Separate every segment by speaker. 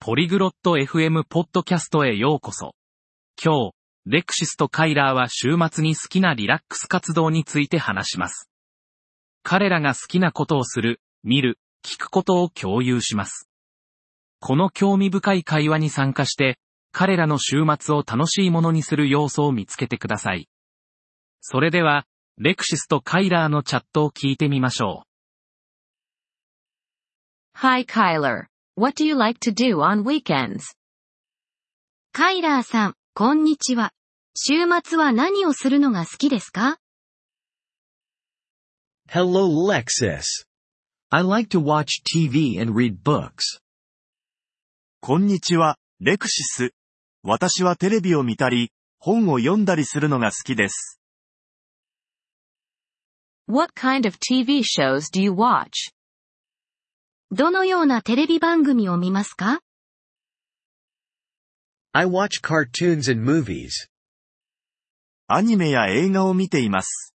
Speaker 1: ポリグロット FM ポッドキャストへようこそ。今日、レクシスとカイラーは週末に好きなリラックス活動について話します。彼らが好きなことをする、見る、聞くことを共有します。この興味深い会話に参加して、彼らの週末を楽しいものにする要素を見つけてください。それでは、レクシスとカイラーのチャットを聞いてみましょ
Speaker 2: Hi Kyler. What do you like to do on weekends? カイラーさん、こんにちは。週末は何をするのが好きですか
Speaker 3: Hello Lexis. I like to watch TV and read books.
Speaker 4: こんにちは、レクシス。私はテレビを見たり、本を読んだりするのが好きです。
Speaker 2: ?What kind of TV shows do you watch? どのようなテレビ番組を見ますか
Speaker 3: I watch cartoons and movies.
Speaker 4: アニメや映画を見ています。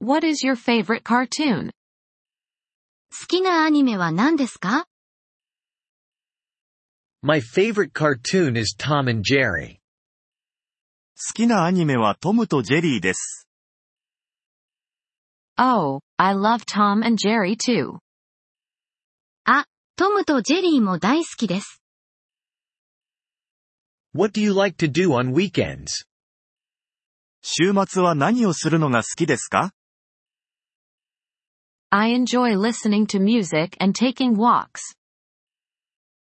Speaker 2: ?What is your favorite cartoon? 好きなアニメは何ですか
Speaker 3: My favorite cartoon is Tom and Jerry.
Speaker 4: 好きなアニメはトムとジェリーです。
Speaker 2: Oh, I love Tom and Jerry too. あ、トムとジェリーも大好きです。
Speaker 3: What do you like to do on weekends?
Speaker 4: 週末は何をするのが好きですか
Speaker 2: I enjoy listening to music and taking walks.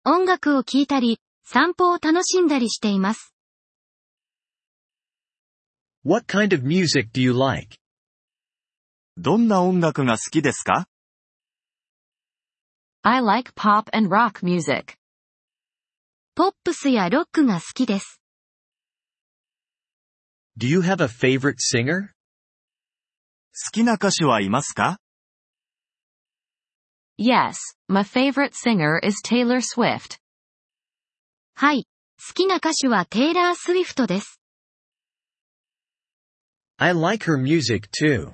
Speaker 2: 音楽を聴いたり、散歩を楽しんだりしています。
Speaker 3: What kind of music do you like?
Speaker 4: どんな音楽が好きですか
Speaker 2: I like pop and rock music. ポップスやロックが好きです。
Speaker 3: Do you have a favorite singer?
Speaker 4: 好きな歌手はいますか
Speaker 2: Yes, my favorite singer is Taylor Swift. はい、好きな歌手はテイラー・スウィフトです。
Speaker 3: I like her music too.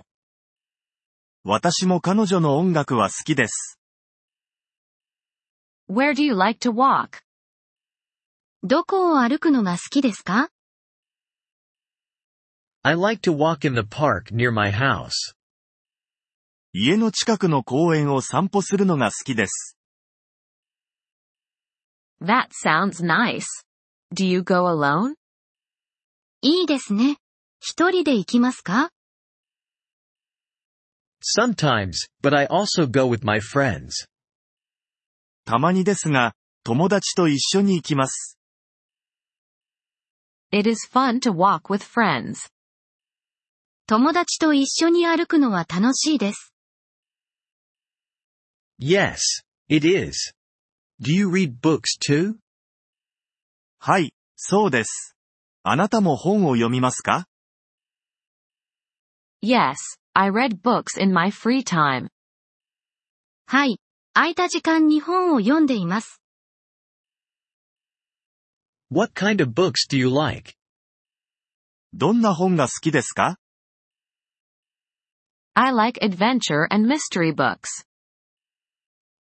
Speaker 4: 私も彼女の音楽は好きです。
Speaker 2: Where do you like to walk? どこを歩くのが好きですか
Speaker 3: I like to walk in the park near my house.
Speaker 4: 家の近くの公園を散歩するのが好きです。
Speaker 2: That sounds nice. Do you go alone? いいですね。一人で行きますか
Speaker 3: Sometimes, but I also go with my friends.
Speaker 4: たまにですが、友達と一緒に行きます。
Speaker 2: ?It is fun to walk with friends. 友達と一緒に歩くのは楽しいです。
Speaker 3: Yes, it is. Do you read books too?
Speaker 4: はい、そうです。あなたも本を読みますか
Speaker 2: Yes, I read books in my free time. はい。空いた時間に本を読んでいます。
Speaker 3: What kind of books do you like?
Speaker 4: どんな本が好きですか
Speaker 2: I like adventure and mystery books.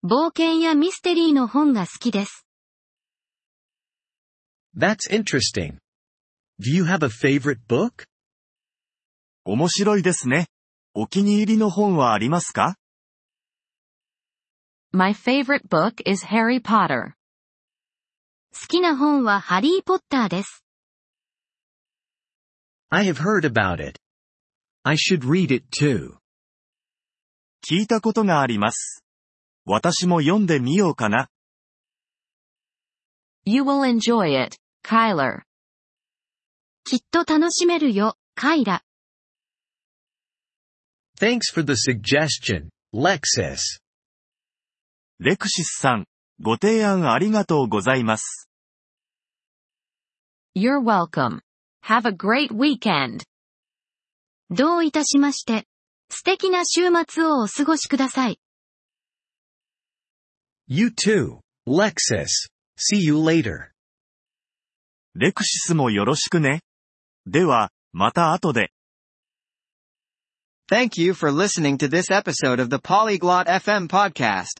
Speaker 2: 冒険やミステリーの本が好きです。
Speaker 3: That's interesting. Do you have a favorite book?
Speaker 4: 面白いですね。お気に入りの本はありますか
Speaker 2: My favorite book is Harry Potter. 好きな本はハリーポッターです。
Speaker 3: I have heard about it. I should read it too.
Speaker 4: 聞いたことがあります。私も読んでみようかな。
Speaker 2: You will enjoy it, Kyler. きっと楽しめるよ、カイラ。
Speaker 3: Thanks for the suggestion, Lexis.
Speaker 4: レクシスさん、ご提案ありがとうございます。
Speaker 2: You're welcome. Have a great weekend. どういたしまして。素敵な週末をお過ごしください。
Speaker 3: You too, Lexis. See you later.
Speaker 4: レクシスもよろしくね。では、また後で。
Speaker 5: Thank you for listening to this episode of the Polyglot FM podcast.